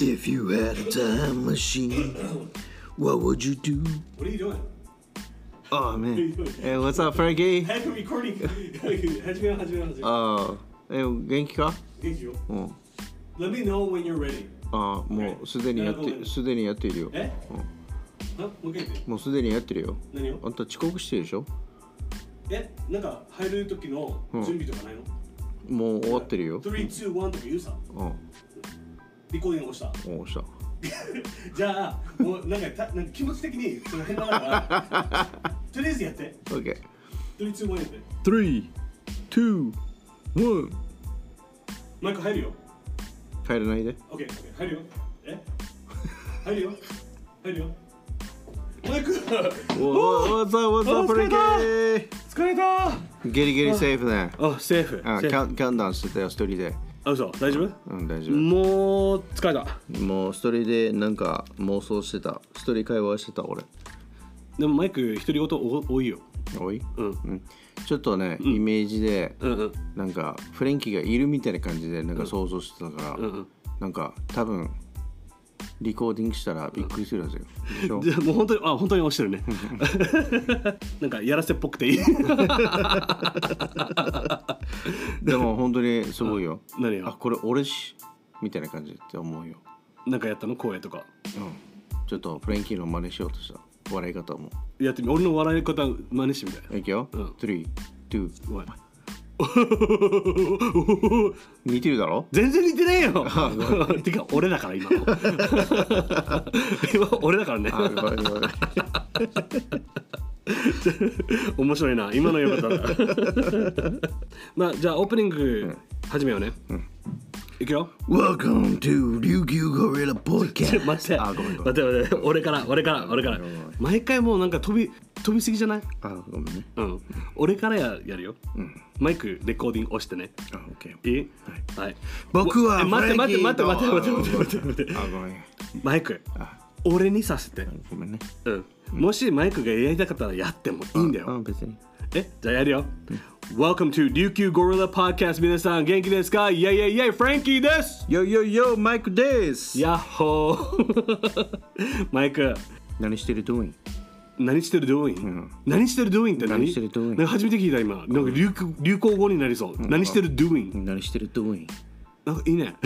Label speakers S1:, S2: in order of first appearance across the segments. S1: If you had a time machine, what would you do?
S2: What are you doing?
S1: Oh man.
S2: doing?
S1: Hey, what's up, Frankie?
S2: Heck, I'm recording. 始めよう始めよう始めよう
S1: Uh, hey, 元気か
S2: 元気よ
S1: うん。
S2: Let me know when you're ready.
S1: あーもうすでにやっ
S2: Okay.
S1: て、すでにやっているよ。
S2: えなもう一回言って。
S1: もうすでにやってるよ。
S2: 何を
S1: あんた遅刻してるでしょ
S2: え、なんか入る時の準備とかないの、
S1: もう終わってるよ。
S2: ?3、2、1とか言うさ。
S1: う
S2: リコーディングをした。
S1: ん。おうした。
S2: じゃあ、もうなんかたなんか気持ち的にその変だから、 とりあえずやって。
S1: OK。
S2: 3、2、1やって。
S1: 3、2、1。
S2: マイク入るよ。
S1: 帰らないで。
S2: OK、OK、入るよ。え入るよ。入るよ。マイク
S1: おー What's up, what's up,
S2: お疲れだ
S1: Frankie?
S2: 疲れたあ、
S1: ギリギリセーフね。
S2: セーフ。
S1: あ、キ
S2: セーフ
S1: ャンキャンダンしてたよ、一人で。
S2: あ、嘘。大丈夫
S1: うん、大丈夫。
S2: もう疲れた。
S1: もう一人でなんか妄想してた一人会話してた俺
S2: でもマイク独り言お多いよ。
S1: おい、
S2: うん
S1: うん、ちょっとね、イメージで
S2: うんうん
S1: なんかフレンキがいるみたいな感じでなんか想像してたから、
S2: うんうん。
S1: なんか多分リコーディングしたらびっくりするはず よ、でしょ
S2: じゃあもう本当にあ本当に押してるね。 なんかやらせっぽくていい。
S1: でも本当にすごい よ、
S2: 何
S1: あ
S2: よ。
S1: これ俺しみたいな感じって思うよ、
S2: なんかやったの声とか。
S1: うん、ちょっとフレンキの真似しようとした笑い方も
S2: やってみ俺の笑い方真似してみたい。
S1: いくよ、
S2: うん
S1: 3、2
S2: おい
S1: 似てるだ ろ
S2: 全然似てねえよ。てか俺だから今の。 今俺だからね。
S1: あごめんごめん
S2: 面白いな今のよかったな。 まあじゃあオープニング始めようね。いくよ。
S1: Welcome to 琉球ゴリラポッ
S2: ち
S1: ド
S2: ょ待って
S1: あ、ごめんごめん。
S2: 待って待って俺から俺から俺から毎回もうなんか飛び飛びすぎじゃない
S1: あ、ごめんね。
S2: うん俺からややるよ、
S1: うん。
S2: マイクレコーディング押してね
S1: あ、オッケー。
S2: いいはい、
S1: 僕は
S2: え待って
S1: フラン
S2: 待
S1: キ
S2: っ
S1: ー
S2: て待って待って
S1: と
S2: 待って待って待って
S1: あ、ごめん。
S2: マイク
S1: あ、
S2: 俺にさせて、
S1: ごめんね。
S2: うん、もしマイクがやりたかったらやってもいいんだよ
S1: あ、別に。
S2: えじゃあやるよ、Welcome to 琉球ゴリラ Podcast 皆さん元気ですかイェイイェイイェイフランキーです
S1: よよよ、マイクです。
S2: ヤッホー マイク
S1: 何してる doing?
S2: 何してる doing、何してる doing って何
S1: 何してる doing
S2: なんか初めて聞いた今なんか流行流行語になりそう、何してる doing
S1: 何してる doing?
S2: なんかいいね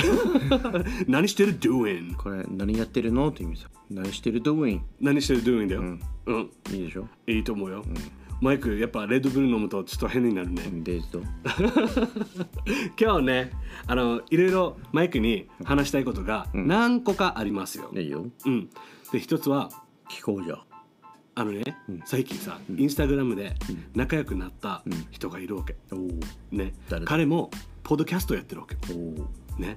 S2: 何してる doing
S1: これ、何やってるのって意味さ。何してる doing?
S2: 何してる doing だようん、
S1: いいでしょ
S2: いいと思うよ、マイクやっぱレッドブル飲むとちょっと変になるね、
S1: デイズと。
S2: 今日ねあのいろいろマイクに話したいことが何個かありますよ、
S1: いいよ。
S2: うん、で一つは
S1: 聞こうじゃ。
S2: あのね、最近さ、インスタグラムで仲良くなった人がいるわけ、
S1: おー
S2: ね
S1: 誰だ
S2: 彼もポッドキャストやってるわけ
S1: おー。
S2: ね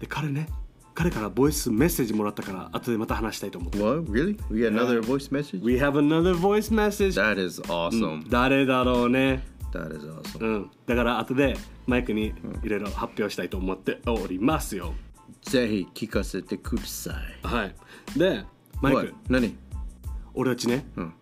S2: で彼ね彼からボイスメッセージもらったから後でまた話したいと思って
S1: What? Really? We got another voice message?
S2: We have another voice message
S1: That is awesome.
S2: 誰だろうね
S1: That is awesome.
S2: うんだから後でマイクにいろいろ発表したいと思っておりますよ、
S1: ぜひ聞かせてください。
S2: はいでマイ
S1: おい
S2: ク
S1: 何
S2: 俺たちね、
S1: うん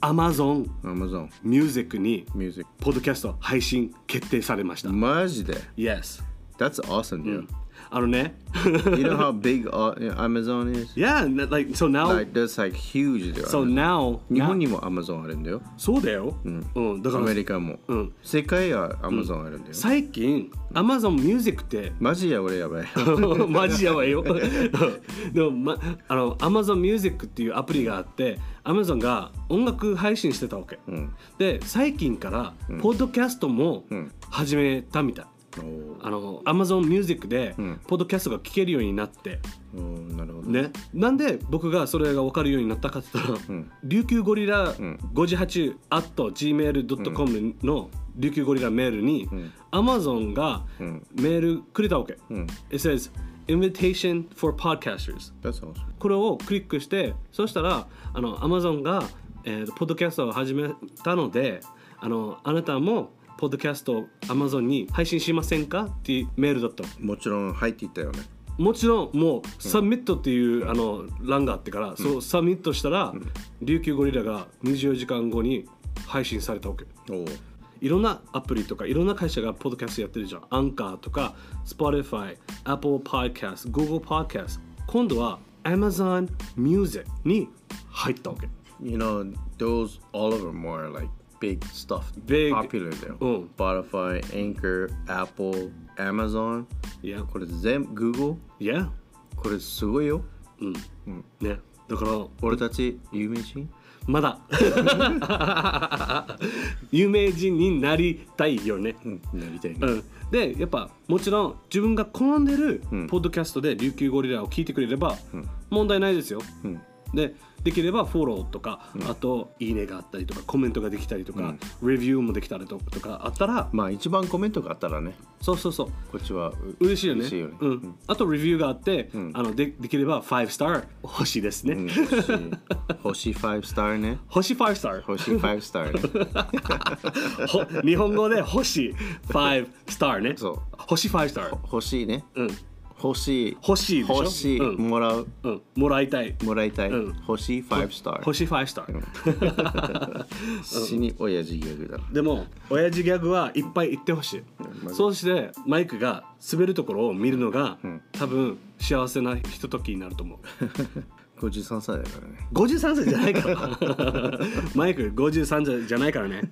S2: Amazon
S1: Amazon
S2: Music に
S1: Music
S2: ポッドキャスト配信決定されました、
S1: マジで
S2: Yes
S1: That's awesome, dude.
S2: あのね
S1: you know how big uh, Amazon is?
S2: Yeah like so now、
S1: Like, that's like huge, dude.
S2: so now
S1: 日本にも Amazon あるんだよ。
S2: そうだよ、うんだ
S1: ア
S2: から
S1: メリカも。
S2: うん
S1: 世界は
S2: Mm.
S1: Amazon あるんだよ。
S2: 最近 Amazon Music って
S1: マジや俺や ばい。
S2: マジやばいよ でも、ま、あの Amazon Music っていうアプリがあって Amazon が音楽配信してたわけ、で最近からポッドキャストも始めたみたい、
S1: おー
S2: あの Amazon Music でポッドキャストが聴けるようになって、
S1: おーなるほど。
S2: ね、なんで僕がそれが分かるようになったかって言ったら、琉球ゴリラ58 at gmail.com の琉球ゴリラメールに、Amazon がメールくれたわけ。It says invitation for podcasters
S1: That's awesome.
S2: これをクリックしてそしたらあの Amazon が、えー、ポッドキャストを始めたのであのあなたもポッドキャストを Amazon に配信しませんかっていうメールだったの
S1: もちろん入っていったよね。
S2: もちろんもうサミットっていう、あの欄があってから、そうサミットしたら、琉球ゴリラが24時間後に配信されたわけ
S1: お
S2: Oh.
S1: ー
S2: いろんなアプリとかいろんな会社がポッドキャストやってるじゃんアンカーとか Spotify Apple Podcast Google Podcast 今度は Amazon Music に入ったわけ
S1: You know, those all of them were like big stuff,
S2: Big- Mm.
S1: popular there.
S2: うん
S1: Spotify, Anchor, Apple, Amazon.
S2: Yeah
S1: これ全部 Google。
S2: Yeah
S1: これすごいよ。
S2: うん、ねだから
S1: 俺たち有名人。
S2: まだ 有名人になりたいよね、
S1: うん、なりたいね。
S2: うん、でやっぱもちろん自分が好んでる
S1: ん
S2: ポッドキャストで琉球ゴリラを聞いてくれれば問題ないですよ、
S1: うん
S2: でできればフォローとか、あと「いいね」があったりとかコメントができたりとか、レビューもできたりととかあったら
S1: まあ一番コメントがあったらね、
S2: そうそうそう
S1: こっちはう
S2: 嬉しいよね
S1: 嬉しいよね。
S2: うんあとレビューがあって、あのでできれば5スター欲しいですね、
S1: うん欲しい星5スターね。
S2: 星5スター
S1: 星5スターね。
S2: ほ日本語で星5スターね。
S1: そう
S2: 星5スター。
S1: 欲しいね。
S2: うん。
S1: 欲しい。
S2: 欲しいでしょ
S1: 欲しい。
S2: うん
S1: もらう。
S2: うん。もらいたい。
S1: もらいたい。
S2: うん
S1: 星5スター。
S2: 星5スター。
S1: 死に親父ギャグだ。
S2: でも、親父ギャグはいっぱい言ってほしい。そうして、マイクが滑るところを見るのが、多分幸せなひとときになると 思う。
S1: 53歳だからね。
S2: 53歳じゃないから。 マイク53歳じゃないからね。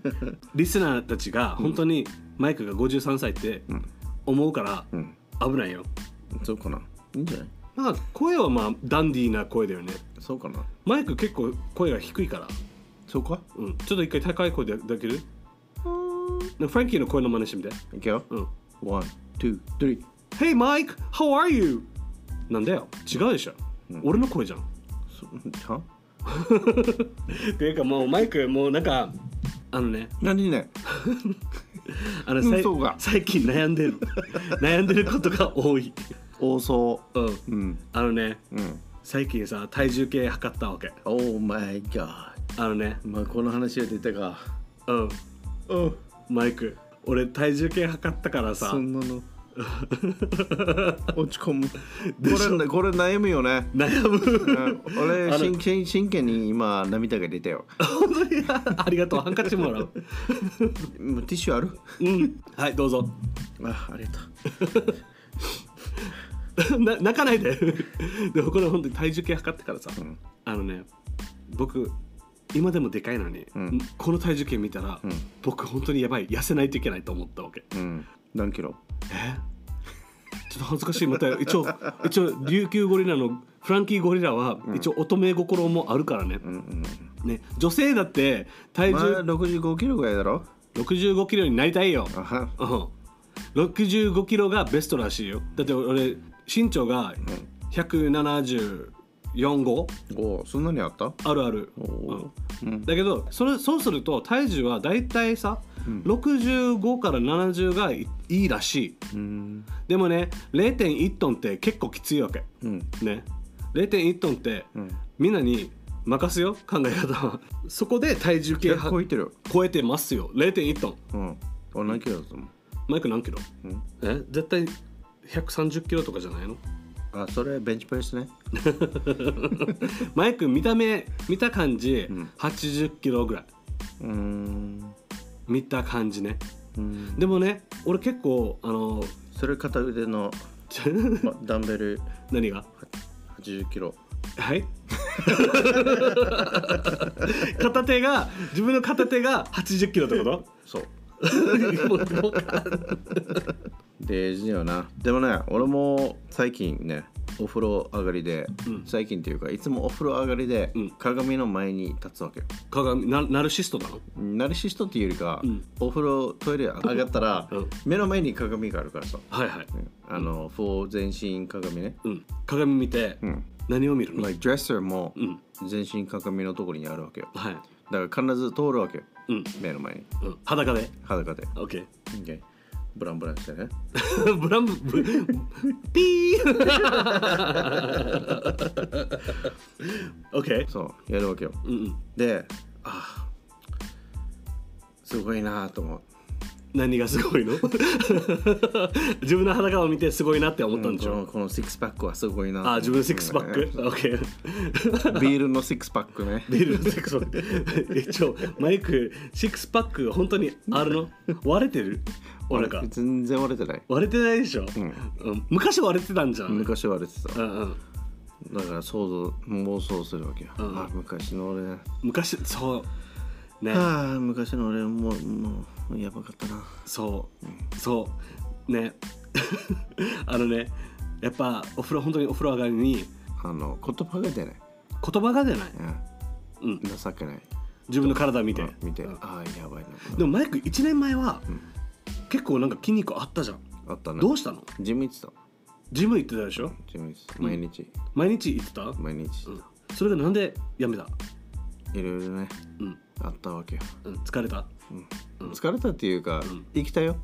S2: リスナーたちが本当にマイクが53歳って思うから
S1: ん
S2: 危ないよ。
S1: そうかな。いいんじゃない
S2: まあ、声はまあダンディーな声だよね。
S1: そうかな。
S2: マイク結構声が低いから、
S1: そうか
S2: うん、ちょっと一回高い声でできるなんかフランキーの声の真似してみて。
S1: いくよ。
S2: うん、
S1: One, two, three.
S2: hey Mike, how are you? なんだよ、違うでしょ。俺の声じゃん。
S1: そは
S2: っていうかもうマイク、もうなんか、あのね、
S1: 何ね
S2: あのさい
S1: 嘘が
S2: 最近悩んで る。悩んでることが多い。
S1: 多そ
S2: うん、
S1: う。うん。
S2: あのね、
S1: うん。
S2: 最近さ、体重計測ったわけ。
S1: Oh my god.
S2: あのね、
S1: まあこの話は出たか。
S2: うん、
S1: うん。
S2: マイク、俺体重計測ったからさ
S1: そ、ん なの。落ち込む。これこれ悩むよね。
S2: 悩
S1: う
S2: む。
S1: ん俺
S2: あの
S1: 真剣真剣に今涙が出たよ。
S2: 本当に ありがとう、ハンカチもら
S1: も
S2: う。
S1: うティッシュある？
S2: うん、はい、どうぞ。
S1: あありがとう。
S2: な泣かないで。でもこれ本当に体重計測ってからさ、あのね、僕、今でもでかいのに、
S1: ん
S2: この体重計見たら、
S1: ん
S2: 僕、本当にやばい、痩せないといけないと思ったわけ。
S1: うん。何キロ？
S2: え ちょっと恥ずかしい、また一応、一応、琉球ゴリラのフランキーゴリラは、一応、乙女心もあるからね。
S1: うんうん。
S2: ね女性だって、体
S1: ま
S2: 重
S1: あ六十五キロぐらいだろ？
S2: 65キロになりたいよ。
S1: あは。
S2: うん、65キロがベストらしいよだって俺身長が174号
S1: おおそんなにあった？
S2: あるある、
S1: お
S2: うんだけどそれそうすると体重はだいたいさ、65から70がいいいらしい
S1: うん。
S2: でもね0.1トンって結構きついわけ
S1: うん。
S2: ね0.1トンって、
S1: ん
S2: みんなに任すよ考え方はそこで体重計
S1: 結
S2: は
S1: 構超えてる。
S2: 超えてますよ0.1トン
S1: うん。俺何キロだと思う？
S2: マイク何キロ、
S1: ん
S2: え絶対130キロとかじゃないの
S1: あそれベンチプレスね。
S2: マイク見た目見た感じ、80キロぐらい
S1: うん。
S2: 見た感じね
S1: うん。
S2: でもね俺結構あの
S1: それ片腕のまダンベル
S2: 何が
S1: 八十キロ。
S2: はい 片手が自分の片手が80キロって こと
S1: そう。
S2: もうもう
S1: 大事よなでもね俺も最近ねお風呂上がりで、最近っていうかいつもお風呂上がりで、
S2: うん
S1: 鏡の前に立つわけよ
S2: 鏡ナナルシストだろ
S1: ナルシストっていうよりか、
S2: うん
S1: お風呂トイレ上がったら、
S2: うん
S1: 目の前に鏡があるからさ、
S2: はいはい、
S1: あの、for 全身鏡ね
S2: うん、鏡見て、
S1: ん
S2: 何を見るの、
S1: like dresser も
S2: うん
S1: 全身鏡のところにあるわけよ
S2: はい
S1: だから必ず通るわけよ
S2: うん
S1: 目の前に
S2: うん、裸で
S1: 裸で、
S2: OK
S1: OK ブランブランしてね
S2: ブランブブピー OK
S1: そうやるわけよ
S2: うんうん
S1: でああすごいなと思う
S2: 何がすごいの 自分の裸を見てすごいなって思ったんでし
S1: こ
S2: ょ、
S1: のこのシックスパックはすごいな
S2: あ自分のシックスパック OK
S1: ビールのシックスパックね
S2: ビールのシックスパッ ク一応マイクシックスパック本当にあるの割れてる 俺か
S1: 全然割れてない
S2: 割れてないでしょ、
S1: ん
S2: うん昔割れてたんじゃん、うん
S1: 昔割れてた
S2: うん、
S1: だから想像妄想するわけよ、
S2: うん
S1: あ昔の俺ね
S2: 昔そうね
S1: ああ昔の俺もうもうやばかったな
S2: そうそうね あのねやっぱお風呂本当にお風呂上がりに
S1: あの言葉が出ない、
S2: 言葉が出ない、うん、
S1: うん、情けない
S2: 自分の体見て、
S1: うん見て、
S2: うん
S1: ああやばいな
S2: でもマイク1年前は、
S1: うん
S2: 結構なんか筋肉あったじゃん
S1: あったな
S2: どうしたの
S1: ジム行ってた
S2: ジム行ってたでしょ
S1: ジム行ってた
S2: うん
S1: 毎日、
S2: 毎日行ってた、
S1: 毎日、
S2: うんそれがなんでやめた、
S1: いろいろね
S2: うん
S1: あったわけよ、
S2: うん、疲れた
S1: うん
S2: うん
S1: 疲れたっていうか、
S2: ん
S1: 行きたよ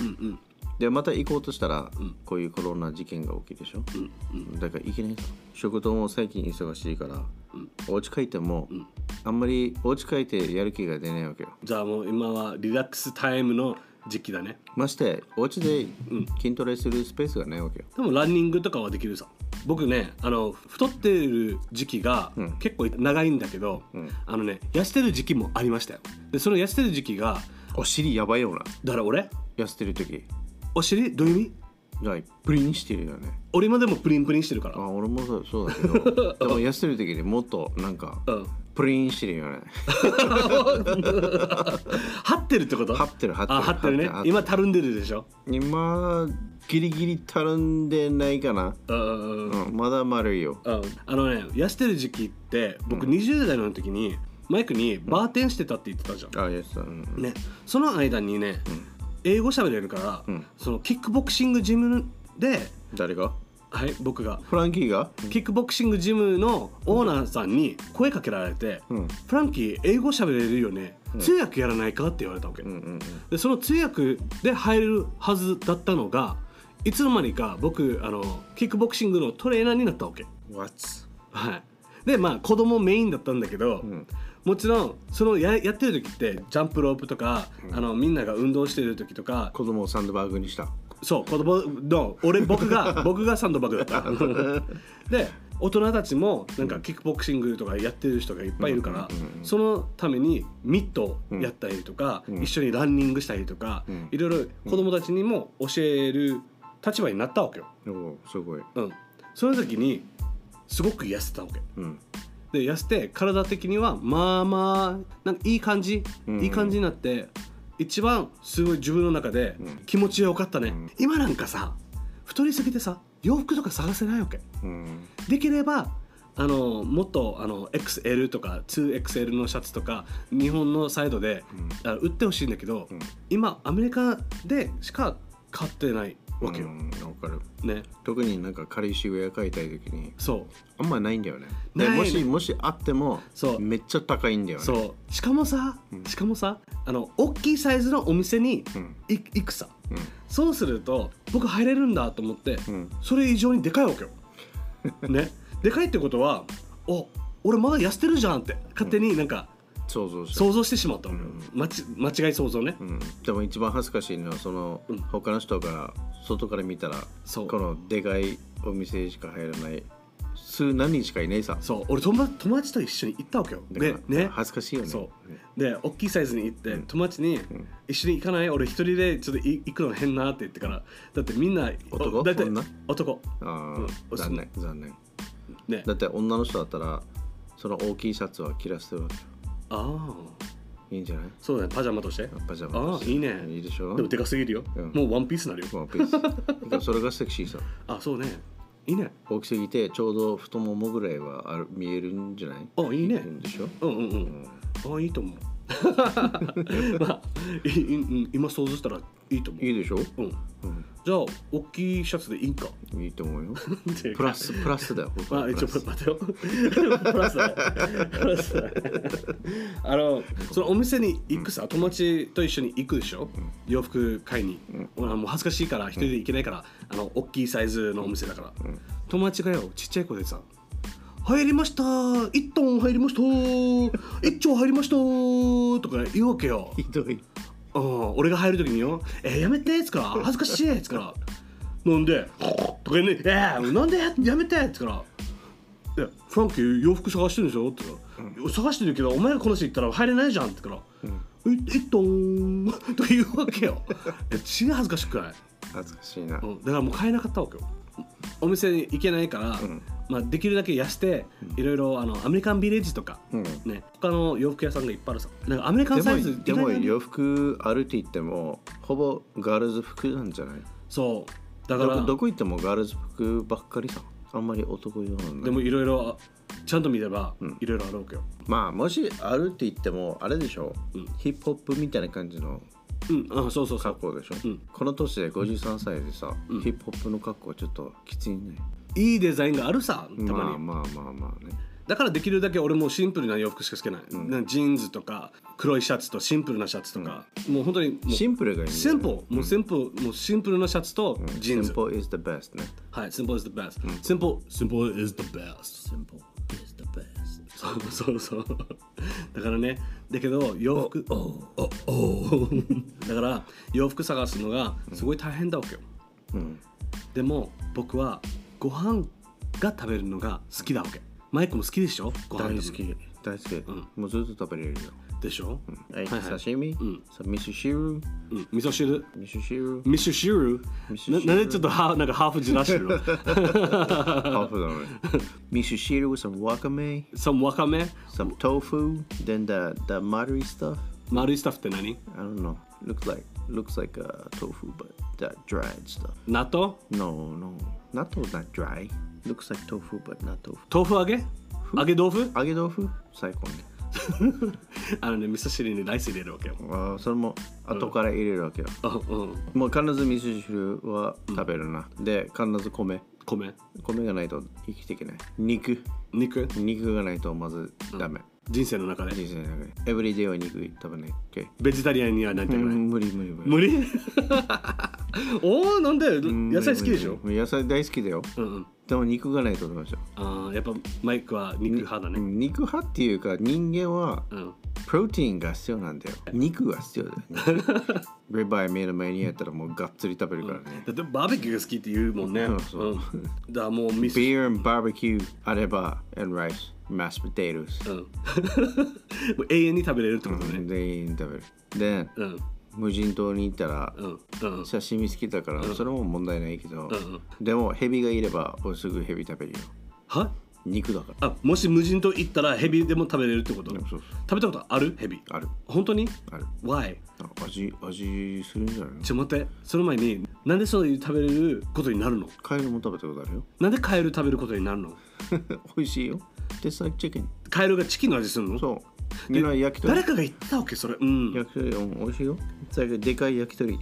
S2: うんうん
S1: でまた行こうとしたら、
S2: うん
S1: こういうコロナ事件が起きるでしょ、
S2: うんうん
S1: だから行けないと仕事も最近忙しいから、
S2: うん
S1: お家帰っても、
S2: うん
S1: あんまりお家帰ってやる気が出ないわけよ
S2: じゃあもう今はリラックスタイムの時期だね
S1: ましてお家で
S2: うん
S1: 筋トレするスペースがないわけよ
S2: でもランニングとかはできるさ僕ねあの太ってる時期が
S1: うん
S2: 結構長いんだけど、
S1: うん
S2: あのね痩せてる時期もありましたよでその痩せてる時期が
S1: お尻やばいよな
S2: だから俺
S1: 痩せてる時
S2: お尻どういう意味
S1: がプリンしてるよね
S2: 俺今でもプリンプリンしてるか
S1: あ
S2: ら
S1: 俺もそうそうだ けどでも痩せてる時にもっとなんか
S2: うん
S1: プリンしてる よね
S2: 張ってるってこと
S1: 張ってる張ってる
S2: あ張ってるね
S1: 張ってる
S2: 今たるんでるでしょ
S1: 今ギリギリたるんでないかな、
S2: うんうんうん
S1: うん、まだ丸いよ
S2: うんあのね痩せてる時期って僕20代の時にマイクにバーテンしてたって言ってたじゃん、
S1: あ痩せたうん
S2: ね、その間にね、英語喋れるから、
S1: うん
S2: そのキックボクシングジムで、
S1: 誰が
S2: はい、僕が
S1: フランキーが
S2: キックボクシングジムのオーナーさんに声かけられて「
S1: うん
S2: フランキー英語喋れるよね通訳やらないか?」って言われたわけ、
S1: うんうん
S2: でその通訳で入れるはずだったのがいつの間にか僕あのキックボクシングのトレーナーになったわけ、
S1: うん What?
S2: はい、でまあ子供メインだったんだけど、
S1: ん
S2: もちろんそのややってる時ってジャンプロープとか、あのみんなが運動してる時とか
S1: 子供をサンドバッグにした
S2: そう子供の俺僕 が僕がサンドバッグだったで大人たちもなんかキックボクシングとかやってる人がいっぱいいるから、
S1: うんうんうんうん
S2: そのためにミットやったりとか、
S1: うん
S2: 一緒にランニングしたりとか、
S1: うん
S2: いろいろ子供たちにも教える立場になったわけよ、
S1: おおすごい
S2: うん、その時にすごく痩せたわけ
S1: うん
S2: で痩せて体的にはまあまあなんかいい感じ、
S1: うん
S2: いい感じになって一番すごい自分の中で
S1: うん
S2: 気持ちよかったね、
S1: うん
S2: 今なんかさ太りすぎてさ洋服とか探せないわけ
S1: うん
S2: できればあのもっとあの XL とか 2XL のシャツとか日本のサイドで、
S1: うん
S2: あ売ってほしいんだけど、
S1: うん
S2: 今アメリカでしか買ってないわけよ、
S1: うんわかる
S2: ね
S1: 特になんか彼氏ウェア買いたい時に
S2: そう
S1: あんまないんだよね
S2: な
S1: で
S2: いね
S1: もしもしあっても
S2: そう
S1: めっちゃ高いんだよね
S2: そうしかもさ、
S1: ん
S2: しかもさあの大きいサイズのお店に
S1: うん
S2: い行くさ
S1: うん
S2: そうすると僕入れるんだと思って、
S1: うん
S2: それ以上にでかいわ けよ。ね、でかいってことはお俺まだ痩せてるじゃんって勝手になんか
S1: 想像して
S2: 想像してしまったわけよ、間ち間違い想像ね、
S1: うん、でも一番恥ずかしいのはその、
S2: うん
S1: 他の人から外から見たら
S2: そう
S1: このでかいお店しか入らない数何人しかいないさ
S2: そう俺友達友達と一緒に行ったわけよ
S1: だから
S2: でね
S1: 恥ずかしいよね
S2: そ
S1: ね
S2: うで大きいサイズに行って、友達に
S1: ん
S2: 「一緒に行かない俺一人でちょっとい行くの変な」って言ってからだってみんなお
S1: 男
S2: だって
S1: 女
S2: 男
S1: あ
S2: うん
S1: あ残念残念
S2: ね
S1: だって女の人だったらその大きいシャツは着らせてるわけよ
S2: ああ
S1: いいんじゃない
S2: そうだねパジャマとして
S1: パジャマ
S2: あ
S1: と
S2: あ
S1: して
S2: いいね
S1: いいでしょ
S2: でもでかすぎるよ、
S1: うん
S2: もうワンピースになるよ
S1: ワンピースだからそれがセクシーさ
S2: あそうねいいね
S1: 大きすぎてちょうど太ももぐらいはある見えるんじゃない
S2: あいい
S1: 見
S2: ね
S1: えるんでしょ
S2: うんうんうんあいいと思 うまあいいうん今想像したらいいと思う
S1: いいでしょ、
S2: うん、
S1: う
S2: じゃあ大きいシャツでいいんか
S1: ん、いいと思う よ
S2: っていうか
S1: プラスプラスだよ僕
S2: ま
S1: は
S2: あ一応
S1: プラス
S2: 待てよ プラスだねプラスだねあのそのお店に行くさ、友達と一緒に行くでしょ、洋服買いに、俺はもう恥ずかしいから一人で行けないから、あの大きいサイズのお店だから、友達がよちっちゃい子でさ入りました1トン入りました1丁入りましたとか言うわけよ
S1: ひどい
S2: うん、俺が入るときによ「えーやめて」っつうから「恥ずかしい」っつうから「なんで?」とか言うね「えーなんでやめて」っつうから「えフランキー洋服探してるんでしょ?」って言うから、探してるけどお前がこの人行ったら入れないじゃん」って言うから「ええっとーん」 というわけよえ違う恥ずかしくない、
S1: 恥ずかしいな、
S2: うん、だからもう買えなかったわけよお店に行けないから、まあ、できるだけ痩せていろいろあのアメリカンビレッジとか、
S1: うん
S2: ね、他の洋服屋さんがいっぱいあるさなんかアメリカン
S1: で
S2: サイズ
S1: もでも
S2: 意外に
S1: 洋服あるって言ってもほぼガールズ服なんじゃない
S2: そうだ
S1: だ
S2: か
S1: かららどこ行ってもガールズ服ばっかりさあんまり男用なん
S2: でもいろいろちゃんと見ればいろいろあろうけど、
S1: まあもしあるって言ってもあれでしょ、
S2: うん
S1: ヒップホップみたいな感じの
S2: うんあそうそうそう
S1: 格好でしょ、
S2: うん
S1: この年で53歳でさ、
S2: うん
S1: ヒップホップの格好はちょっときついね
S2: いいデザインがあるさたまに、
S1: まあまあまあまあね
S2: だからできるだけ俺もシンプルな洋服しか着けない、
S1: うん
S2: なんかジーンズとか黒いシャツとシンプルなシャツとか、もう本当にもう
S1: シンプルがいいんだよね
S2: シンプルもうシンプル、もうシンプルなシャツとジーンズ、
S1: Simple is the best ね
S2: はい simple is the best、simple simple is the best
S1: Simple is the best
S2: そうそうそう だからねだけど洋服おお だから洋服探すのがすごい大変だわけよ、
S1: うん
S2: でも僕はご飯が食べるのが好きだわけマイクも好きでしょご
S1: 大
S2: 飯
S1: 好き大好き、
S2: ん
S1: もうずっと食べれるよ、
S2: でしょ、
S1: はい
S2: はいはい
S1: 刺身、
S2: ん
S1: さ味噌汁
S2: うん、味噌汁
S1: 味噌汁
S2: ミッシュシュ
S1: ミッシュ
S2: ル
S1: シュ
S2: な
S1: ル
S2: なんでちょっとハーなんかハーフじらしてるの
S1: ハーフだね 味噌汁 with some wakame
S2: そのわかめ
S1: some tofu then the the muttery stuff
S2: 丸いスタッフって何
S1: I don't know looks like looks like uh, tofu but that dried stuff
S2: 納豆
S1: no no natto's not dry looks like tofu but not tofu
S2: 豆腐揚げ揚げ豆腐
S1: 揚げ豆腐最高ね
S2: あのね味噌汁にライス入れるわけよ、
S1: あーそれも後から入れるわけよ、
S2: うんうん、
S1: もう必ず味噌汁は食べるな、で必ず米
S2: 米
S1: 米がないと生きていけない肉
S2: 肉
S1: 肉がないとまずダメ、
S2: 人生の中で
S1: 人生の中でエブリデイは肉食べない OK、
S2: ベジタリアンにはなりたくない、
S1: 無理無理無理
S2: 無理 おおなんで
S1: うん
S2: 野菜好きでしょ
S1: 無理無理野菜大好きだよ
S2: うんうん
S1: でも肉がないとダメでしょ、
S2: あーやっぱマイクは肉派だ
S1: う
S2: ね
S1: ん肉派っていうか人間は
S2: うん
S1: プロテインが必要なんだよ肉が必要だよ ねレバー目の前にやったらもうがっつり食べるからね、
S2: だってバーベキューが好きって言うもんね
S1: そうそうん
S2: だからもう味噌
S1: Beer and barbecue, areba and rice, mashed potatoes.
S2: うんもう永遠に食べれるってことね。
S1: 全員食べる。で、
S2: うん
S1: 無人島に行ったら
S2: うんうん
S1: 刺身好きだからそれも問題ないけど
S2: ん、
S1: でもヘビがいれば俺すぐヘビ食べるよ。
S2: は
S1: 肉だから。
S2: あもし無人島行ったらヘビでも食べれるってこと
S1: そうそう
S2: 食べたことあるヘビ
S1: ある
S2: 本当に
S1: ある。
S2: Why?
S1: あ味味するんじゃないの
S2: ちょ待ってその前になんでそういう食べれることになるの
S1: カエルも食べたことあるよ。
S2: なんでカエル食べることになるの
S1: 美味しいよ。Tastes like chicken.
S2: カエルがチキンの味するの
S1: そう。みんな焼き鳥
S2: 誰。かが言ってたわけそれうん
S1: 焼き鳥うん美味しいよ。最後でかい焼き鳥。
S2: え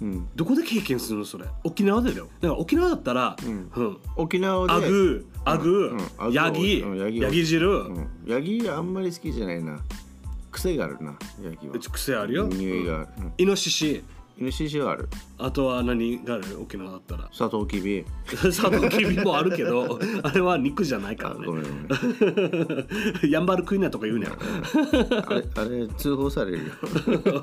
S1: うん。
S2: どこで経験するのそれ沖縄でだよだから沖縄だったらうん
S1: ん、
S2: うん、
S1: 沖縄で。
S2: アグア
S1: う
S2: グ
S1: んアグ
S2: ヤギ
S1: うんヤギ
S2: ヤギ汁、
S1: うんヤギあんまり好きじゃないな。癖があるな、ヤギは
S2: う。ち癖あるよ
S1: 匂いがある。うん
S2: イノシシ
S1: イノシシはある。
S2: あとは何がある沖縄だったら
S1: サトウキビ。
S2: サトウキビもあるけど あれは肉じゃないか
S1: あ
S2: ら
S1: ごめん
S2: ね
S1: ごめん。
S2: ヤンバルクイナとか言う ね
S1: あれ、あれ通報され るよ。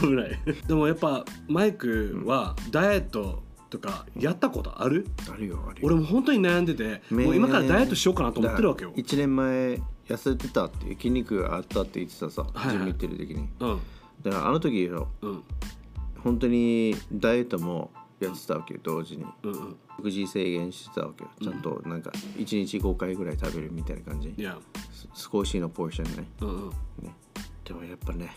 S2: 危ないでもやっぱマイクはダイエットとかやったことある
S1: あるよ、あるよ。
S2: 俺も本当に悩んでて
S1: ね
S2: もう今からダイエットしようかなと思ってるわけよ
S1: だ、一年前、痩せてたって、筋肉あったって言ってたさ、
S2: はいはい
S1: ジム行ってる時に。
S2: うん
S1: だからあの時よ、
S2: うん
S1: 本当にダイエットもやってたわけよ、同時に。
S2: うんうん
S1: 食事制限してたわけよ。ちゃんとなんか、一日5回ぐらい食べるみたいな感じ。
S2: いや
S1: す少しのポーションね。
S2: うんうん我
S1: ね、でもやっぱね、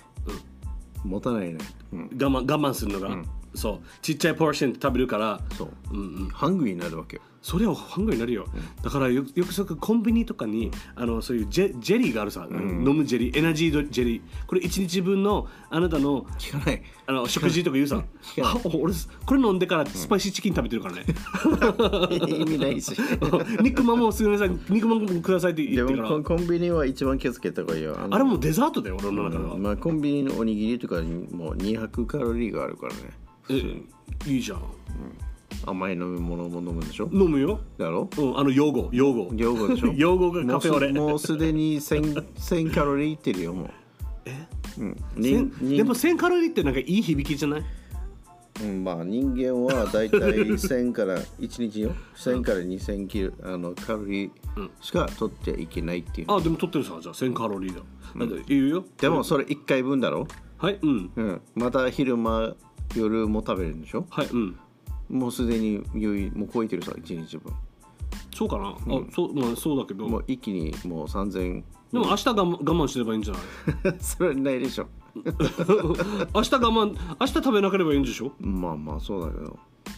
S1: 持たないね、うん、
S2: 慢我慢するのが、そうちっちゃいポーションで食べるから
S1: そう
S2: うんうん
S1: ハングリーになるわけよ
S2: それはハングリーになるよ、だからよよくそくコンビニとかに、あのそういうジェジェリーがあるさ、あの飲むジェリーエナジードジェリーこれ1日分のあなたの
S1: 聞 かない
S2: あの食事とか言うさ
S1: いや
S2: あ俺これ飲んでからスパイシーチキン食べてるからね、
S1: 意味ないし
S2: 肉まんもすみません肉まんもくださいって
S1: で
S2: 言ってか
S1: も
S2: ら
S1: コンコンビニは一番気をつけた方がいいよあの
S2: あれもうデザートだよ俺の中では、
S1: まあコンビニのおにぎりとかにもう200カロリーがあるからね
S2: えいいじゃん
S1: 甘い飲み物も飲むでしょ
S2: 飲むよ、
S1: だろ
S2: うん、あの用語用語
S1: 両方でしょ
S2: 用語がカフェオレ
S1: もうすもうすでに 1000, 1000カロリーいってるよもう
S2: え
S1: うん、
S2: せ
S1: 人
S2: ん
S1: 人
S2: でも1000カロリーってなんかいい響きじゃない
S1: うんまあ人間はだいたい 1000から1日よ1000から2000キロあのカロリーしか取っちゃいけないっていう、
S2: あでも取ってるさじゃあ1000カロリーだ、だって言うよ
S1: でもそれ1回分だろ、
S2: はいうん
S1: うん、また昼間夜も食べるんでしょ
S2: はいうん
S1: もうすでに余裕もう超えてるさ1日分
S2: そうかな、あそうまあそうだけど
S1: もう一気にもう3000
S2: でも明日が我慢しればいいんじゃ ない
S1: それはないでしょ
S2: 明日我慢明日食べなければいいんでしょ
S1: まあまあそうだけ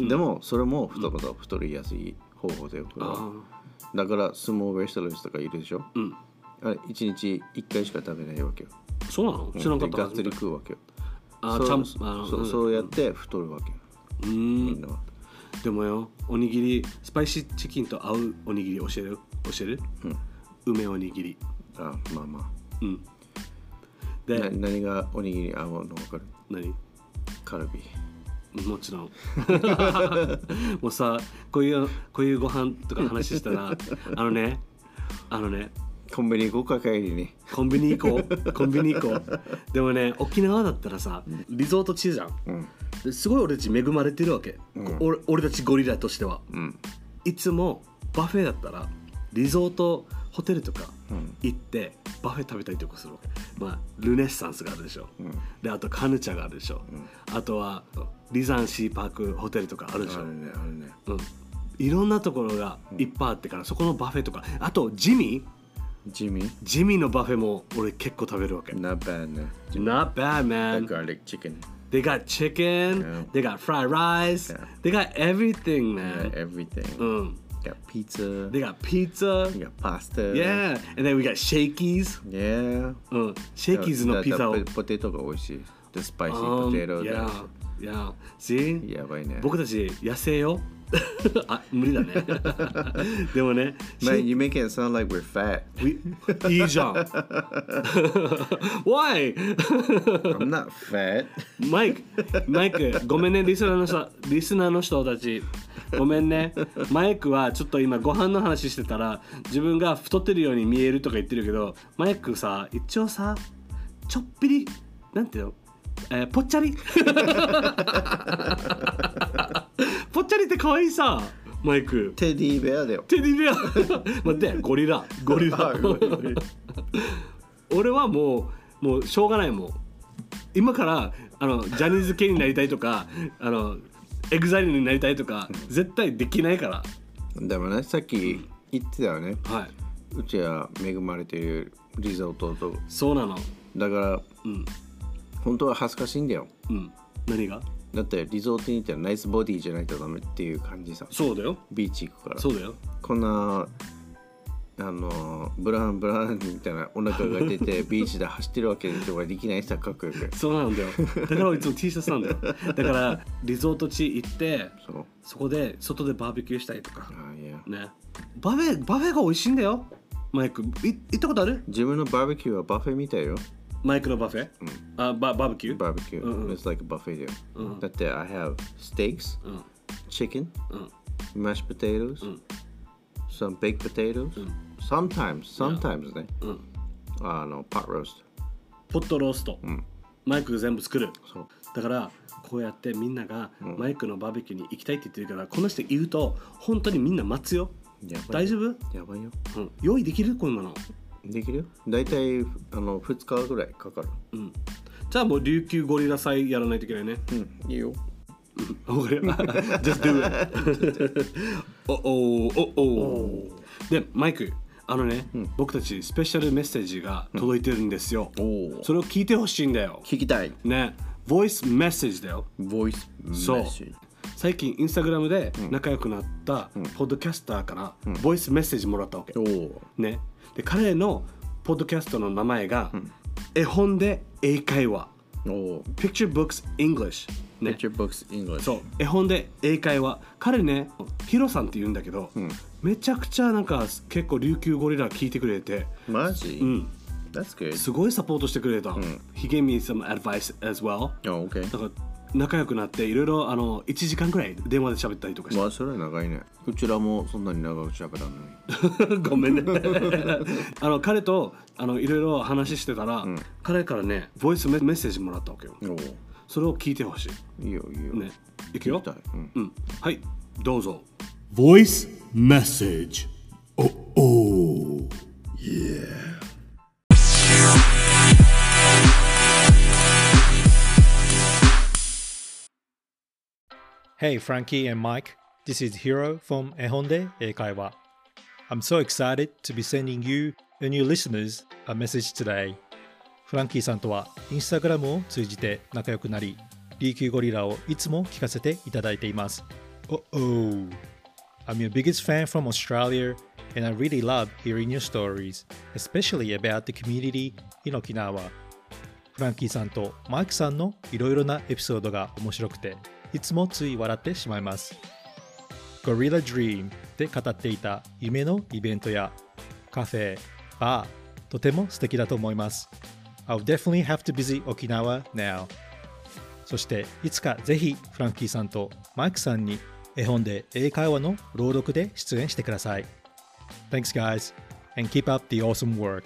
S1: ど、でもそれも二言太りやすい方法で、これは
S2: あ
S1: だから相撲レストランとかいるでしょ
S2: あうん
S1: あれ一日一回しか食べないわけよ
S2: そうなの知らんかった
S1: でがっつり食うわけよそ
S2: あー
S1: う
S2: ちゃんあの
S1: そうそうやって太るわけよ
S2: う
S1: み
S2: ん
S1: んなは
S2: でもよおにぎりスパイシーチキンと合うおにぎり教える教える、梅おにぎり
S1: あまあま
S2: うん
S1: あ
S2: で
S1: な何がおにぎりに合うの分かる
S2: 何
S1: カルビ
S2: もちろん もうさこういうこういうご飯とか話したらあのねあのね
S1: コンビニ行こうか帰りに
S2: コンビニ行こうコンビニ行こうでもね沖縄だったらさリゾート地じゃん
S1: うん
S2: ですごい俺たち恵まれてるわけ、
S1: ん
S2: 俺俺たちゴリラとしては
S1: うん
S2: いつもバフェだったらリゾートホテルとか
S1: うん
S2: 行ってバフェ食べたりとかするわけまあルネッサンスがあるでしょ、
S1: うん
S2: であとカヌチャがあるでしょ、あとはリザンシーパークホテルとかあるでし
S1: あ
S2: ょ、
S1: るねあるね
S2: うん、いろんなところがいっぱいあってから、そこのバフェとかあとジミー
S1: 地味
S2: ジミーのバフェも俺結構食べるわけ、
S1: Not bad ね
S2: Not bad man
S1: garlic chicken
S2: They got chicken
S1: Yeah.
S2: They got fried rice
S1: Yeah.
S2: They got everything
S1: and
S2: man
S1: everything
S2: うん、
S1: got pizza
S2: They got pizza
S1: got pasta
S2: Yeah And then we got shakies
S1: yeah
S2: うん、シェイキーズのピザを
S1: だだポテトが美味しい the spicy
S2: Um,
S1: potato
S2: yeah,
S1: that
S2: yeah. See?
S1: やばいね
S2: 僕たち野生よ あ無理だね でもね、
S1: Man, you make it sound like we're fat.
S2: しいいじゃん Why?
S1: I'm not fat.
S2: マイクマイクごめんねリスナーのさリスナーの人たちごめんねマイクはちょっと今ご飯の話してたら自分が太ってるように見えるとか言ってるけどマイクさ一応さちょっぴりなんていうの、えーぽっちゃりぽっちゃりって可愛いさマイク
S1: テディベアだよ。
S2: テデ ィベア待ってゴリラゴリラ
S1: ゴリラ
S2: 俺はもうもうしょうがないもう今からあのジャニーズ系になりたいとかあのエグザイルになりたいとか絶対できないから
S1: でもね、さっき言ってたよね。
S2: はいう
S1: ちは恵まれているリゾートと。
S2: そうなの
S1: だから、
S2: うん
S1: 本当は恥ずかしいんだよ。
S2: うん何が
S1: だってリゾートに行ったらナイスボディじゃないとダメっていう感じさ。
S2: そうだよ
S1: ビーチ行くから。
S2: そうだよ
S1: こんな、あの、ブランブランみたいなお腹が出 てビーチで走ってるわけとかできない人はかっこよく。
S2: そうなんだよだからいつも T シャツなんだよだからリゾート地行って
S1: そう。
S2: そこで外でバーベキューしたりとか
S1: ああ、いや。
S2: ねバフェバフェが美味しいんだよマイクい行ったことある
S1: 自分のバーベキューはバフェみたいよ。
S2: マイクのバフェ、あババーベキュー
S1: barbecue.
S2: Mm-mm.
S1: It's like a buffet deal. That there I have steaks,
S2: うん
S1: chicken,
S2: うん
S1: mashed potatoes, some baked potatoes. Sometimes, sometimes ね、
S2: うん
S1: あの、pot roast.
S2: ポットロースト、マイクが全部作る
S1: そう。
S2: だからこうやってみんながマイクのバーベキューに行きたいって言ってるから、この人言うと本当にみんな待つよ
S1: やばい。
S2: 大丈夫、
S1: やばいよ。
S2: うん、用意できるこんなの、
S1: できるよ。大体、あの、2日ぐらいかかる。
S2: うん、じゃあもう琉球ゴリラ祭やらないといけないね
S1: うん、いいよ。
S2: わかる Just do it おおーおおでマイクあのね、僕たちスペシャルメッセージが届いてるんですよ、
S1: おお。
S2: それを聞いてほしいんだよ
S1: 聞きたい。
S2: ねボイスメッセージだよ
S1: Voice
S2: そう
S1: message.
S2: 最近インスタグラムで仲良くなったポッドキャスターからボイスメッセージもらったわけ、
S1: おお。
S2: ね、で彼のポッドキャストの名前が、絵本で英会話
S1: おお。
S2: Picture Books English、ね、
S1: Picture books English.
S2: そう絵本で英会話彼ねヒロさんって言うんだけど、めちゃくちゃなんか結構琉球ゴリラ聞いてくれて
S1: マジ、
S2: ん
S1: ?That's good.
S2: すごいサポートしてくれた、He gave me some advice as well
S1: Oh, okay.
S2: だから仲良くなっていろいろあの1時間ぐらい電話で喋ったりとかして
S1: まあ、それは長いね。うちらもそんなに長く喋らんのに。
S2: ごめんね あの彼とあのいろいろ話してたら、彼からねボイスメメッセージもらったわけよ
S1: おお。
S2: それを聞いてほし
S1: いいよ、いいよ。
S2: いねいくよ
S1: たいうん
S2: うんはいどうぞ
S3: Voice message. Oh, oh.
S4: Hey Frankie and Mike, this is Hiro from Ehonde Eikaiwa. I'm so excited to be sending you and your listeners a message today. フランキーさんとはインスタグラムを通じて仲良くなり、DQ ゴリラをいつも聞かせていただいています。Oh, oh. I'm your biggest fan from Australia, and I really love hearing your stories, especially about the community in Okinawa. フランキーさんとマイクさんのいろいろなエピソードが面白くて、いつもつい笑ってしまいます。Gorilla Dream で語っていた夢のイベントやカフェ、バー、とても素敵だと思います。I'll definitely have to visit Okinawa now. そしていつかぜひフランキーさんとマイクさんに絵本で英会話の朗読で出演してください。Thanks guys and keep up the awesome work.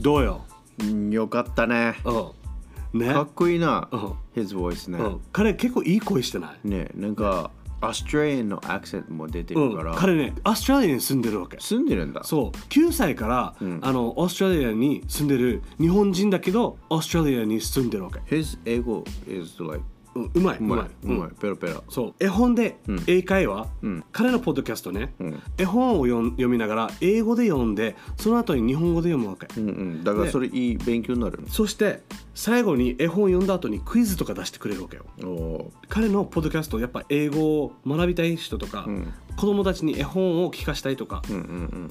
S2: どうよ、
S1: うんよかったね
S2: うん、ね
S1: かっこいいな
S2: うん
S1: His voice ね、
S2: うん、彼結構いい声してない、
S1: ねなんか、アストレインのアクセントも出て
S2: う
S1: るから、
S2: ん、彼ねアストラリアに住んでるわけ
S1: 住んでるんだ
S2: そう9歳から、あのオーストラリアに住んでる日本人だけどオーストラリアに住んでるわけ
S1: His 英語 is like
S2: うんうまいううまい
S1: まいう
S2: うん
S1: まいペラペラ
S2: そう絵本で英会話、彼のポッドキャストね、絵本を読ん読みながら英語で読んでその後に日本語で読むわけ、
S1: うんうんだからそれいい勉強になる
S2: そして最後に絵本読んだ後にクイズとか出してくれるわけよ
S1: お
S2: 彼のポッドキャストやっぱ英語を学びたい人とか、子供たちに絵本を聞かしたいとか、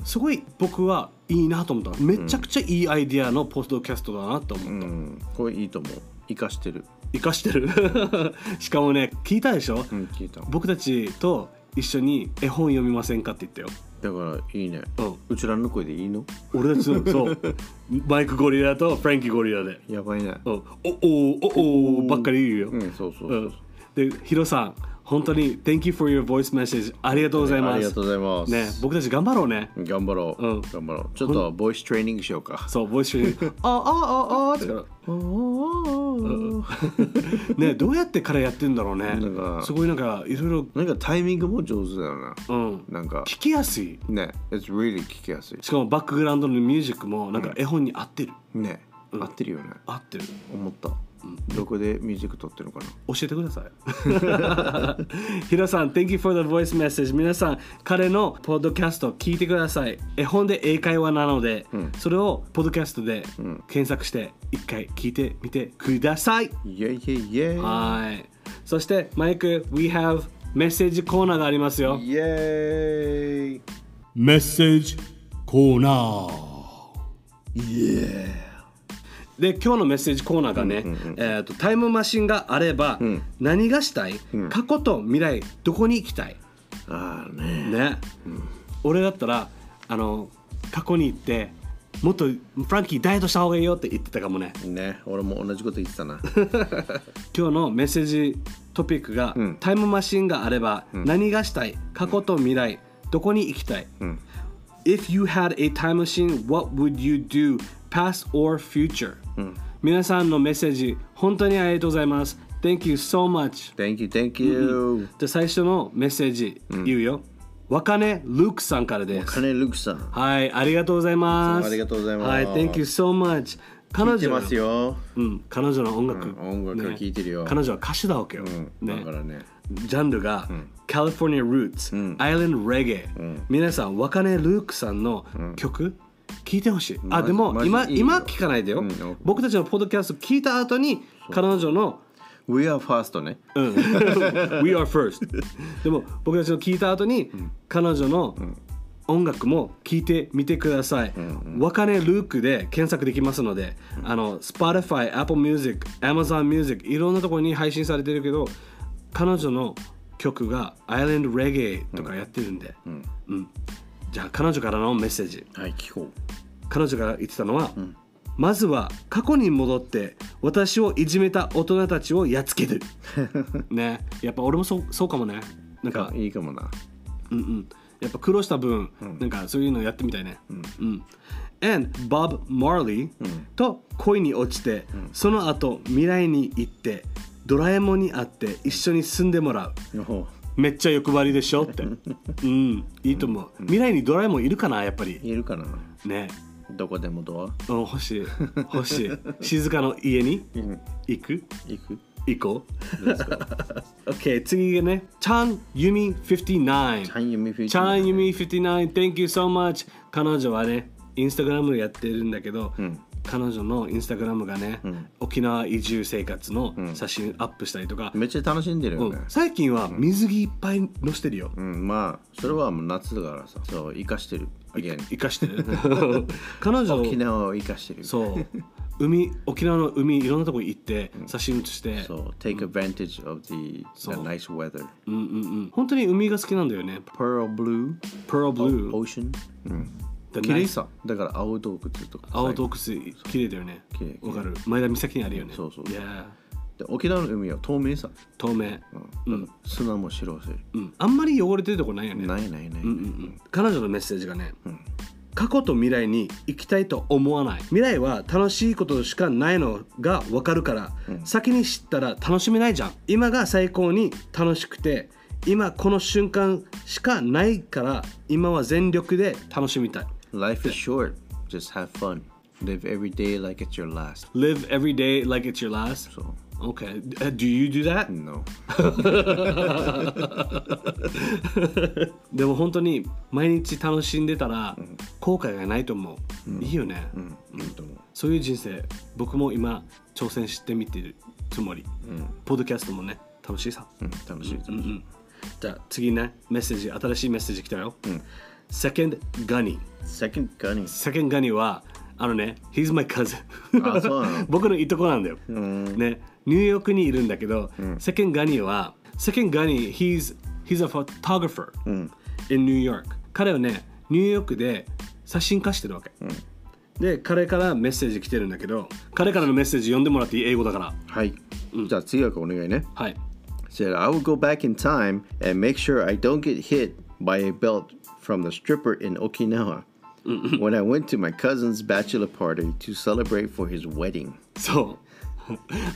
S2: すごい僕はいいなと思っためちゃくちゃいいアイディアのポッドキャストだなと思った、
S1: うんこれいいと思う生かしてる
S2: 生かしてる しかもね聞いたでしょ、
S1: うん聞いただか
S2: 僕たちと一緒に絵本読みませんかって言ったよ
S1: らいいね
S2: うん
S1: うちらの声でいいの
S2: 俺たちのそうマイクゴリラとフランキーゴリラで、
S1: やばいね
S2: うん、おおおおばっかり言うよ、
S1: うんそうそう
S2: う、
S1: そうん
S2: でヒロさん本当に Thank you for your voice message ありがとうございます
S1: ありがとうございます
S2: ね僕たち頑張ろうね
S1: 頑張ろう、
S2: うん
S1: 頑張ろうちょっとボイストレーニングしようか
S2: そうボイストレーニン グあああああってから
S1: うん
S2: ねどうやって彼やってんだろうね
S1: なんか
S2: すごいなんかいろいろ
S1: なんかタイミングも上手だよな
S2: うん
S1: なんか
S2: 聞きやすい
S1: ね It's really 聞きやすい
S2: しかもバックグラウンドのミュージックもなんか絵本に合ってる、
S1: ね、
S2: うん
S1: 合ってるよね
S2: 合ってる
S1: 思った、どこでミュージック撮ってるのかな
S2: 教えてく ださい。ヒロさん、Thank you for the voice message。皆さん、彼のポッドキャスト聞いてください。絵本で英会話なので、それをポッドキャストで検索して、一回聞いてみてください。
S1: イェイイェイイェイ
S2: はい。そして、マイク、We have メッセージコーナーがありますよ。
S1: イェイ
S3: Message corner.
S2: で、今日のメッセージコーナーがね、えーとタイムマシンがあれば、何がしたい、過去と未来、どこに行きたい
S1: ああね
S2: ね、俺だったらあの過去に行ってもっとフランキーダイエットした方がいいよって言ってたかもね
S1: ね俺も同じこと言ってたな
S2: 今日のメッセージトピックが、タイムマシンがあれば、何がしたい過去と未来、どこに行きたい、If you had a time machine what would you do past or future、皆さんのメッセージ本当にありがとうございます Thank you so much
S1: Thank you thank you
S2: じゃあ最初のメッセージ言うよ、若音ルークさんからです
S1: カネルクさん
S2: はい、ありがとうございま
S1: いつも
S2: す。
S1: ありがとうございます
S2: はい、Thank you so much。
S1: 聞
S2: 彼
S1: い
S2: 女
S1: て
S2: の
S1: ますよ
S2: うん、彼女の音楽、
S1: うん音楽を聴いてるよ
S2: 彼女は歌手だわけよ。
S1: うんだ
S2: ね
S1: からね
S2: ジャンルが、California Roots、Island Reggae、皆さん、若音ルークさんの曲、聞いてほしい。あ、
S1: ジ
S2: でも
S1: マジ
S2: 今
S1: いいよ
S2: 今聞かないでよ、
S1: うん
S2: 僕たちのポッドキャスト聞いた後に彼女の
S1: We are first ね
S2: うん We are first でも僕たちの聞いた後に、彼女の音楽も聞いてみてください、若音ルークで検索できますので、あの Spotify、Apple Music、Amazon Music いろんなところに配信されてるけど彼女の曲が Island Reggae とかやってるんで、うんじゃあ彼女からのメッセージ
S1: はい聞こ
S2: 彼女が言ってたのは、まずは過去に戻って私をいじめた大人たちをやっつけ るねやっぱ俺もそうそうかもねなんか
S1: ういいかもな
S2: うんうんやっぱ苦労した分、なんかそういうのやってみたいねうん、And Bob Marley と恋に落ちて、その後未来に行ってドラえもんに会って一緒に住んでもらう
S1: お
S2: めっちゃ欲張りでしょって うんいいと思う未来にドラえもんいるかなやっぱり
S1: いるかな
S2: ね
S1: どこでもドア
S2: うん、欲しい欲しい静かの家に行く
S1: 行く
S2: 行こ う OK 次がねチャンユミ59
S1: チャンユミフィ
S2: チャンユミ59 Thank you so much 彼女はねインスタグラムやってるんだけど、彼女のインスタグラムがね、沖縄移住生活の写真アップしたりとか、
S1: めっちゃ楽しんでるよね、
S2: うん最近は水着いっぱい載してるよ、
S1: うんまあそれはもう夏だからさそう生かしてる again
S2: 生かしてる彼女
S1: 沖縄を生かしてる
S2: そう海沖縄の海いろんなとこ行って写真写して、
S1: そう take advantage of the, the
S2: う
S1: nice weather
S2: うんうんうん本当に海が好きなんだよね
S1: pearl blue
S2: Pearl Blue
S1: ocean、うん、
S2: The
S1: 綺麗
S2: nice-
S1: さだから青洞窟とか
S2: 青洞窟綺麗だよね
S1: 綺麗
S2: わかる前田岬にあるよね
S1: そうそう
S2: いや
S1: で沖縄の海は透明さ、
S2: ー透明
S1: うんだから砂も白いし、
S2: うんあんまり汚れてるとこないよね
S1: ないないない、
S2: うんうんうん彼女のメッセージがね、過去と未来に行きたいと思わない未来は楽しいことしかないのが分かるから、先に知ったら楽しめないじゃん今が最高に楽しくて今この瞬間しかないから今は全力で楽しみたい
S1: Life is short just have fun live every day like it's your last
S2: Live every day like it's your last
S1: そう
S2: Okay Uh, do you do that?
S1: No
S2: でも本当に毎日楽しんでたら後悔がないと思う、いいよね、
S1: いいと思う
S2: そういう人生僕も今挑戦してみてるつもり、ポッドキャストもね楽しいさ、
S1: うん楽しい楽しい、
S2: じゃあ次ねメッセージ新しいメッセージ来たよ、Second Gunny
S1: Second gunning
S2: Second Gunny はあのね He's my cousin
S1: あそうなの
S2: 僕のいとこなんだよ、ねニューヨークにいるんだけど、Second Gunny は Second Gunny He's He's a photographer、in New York 彼はねニューヨークで写真家してるわけ、で彼からメッセージ来てるんだけど彼からのメッセージ読んでもらっていい英語だから
S1: はい、じゃあ次はお願いね
S2: はい
S1: said I will go back in time and make sure I don't get hit by a belt from the stripper in Okinawa when I went to my cousin's bachelor party to celebrate for his wedding.
S2: そう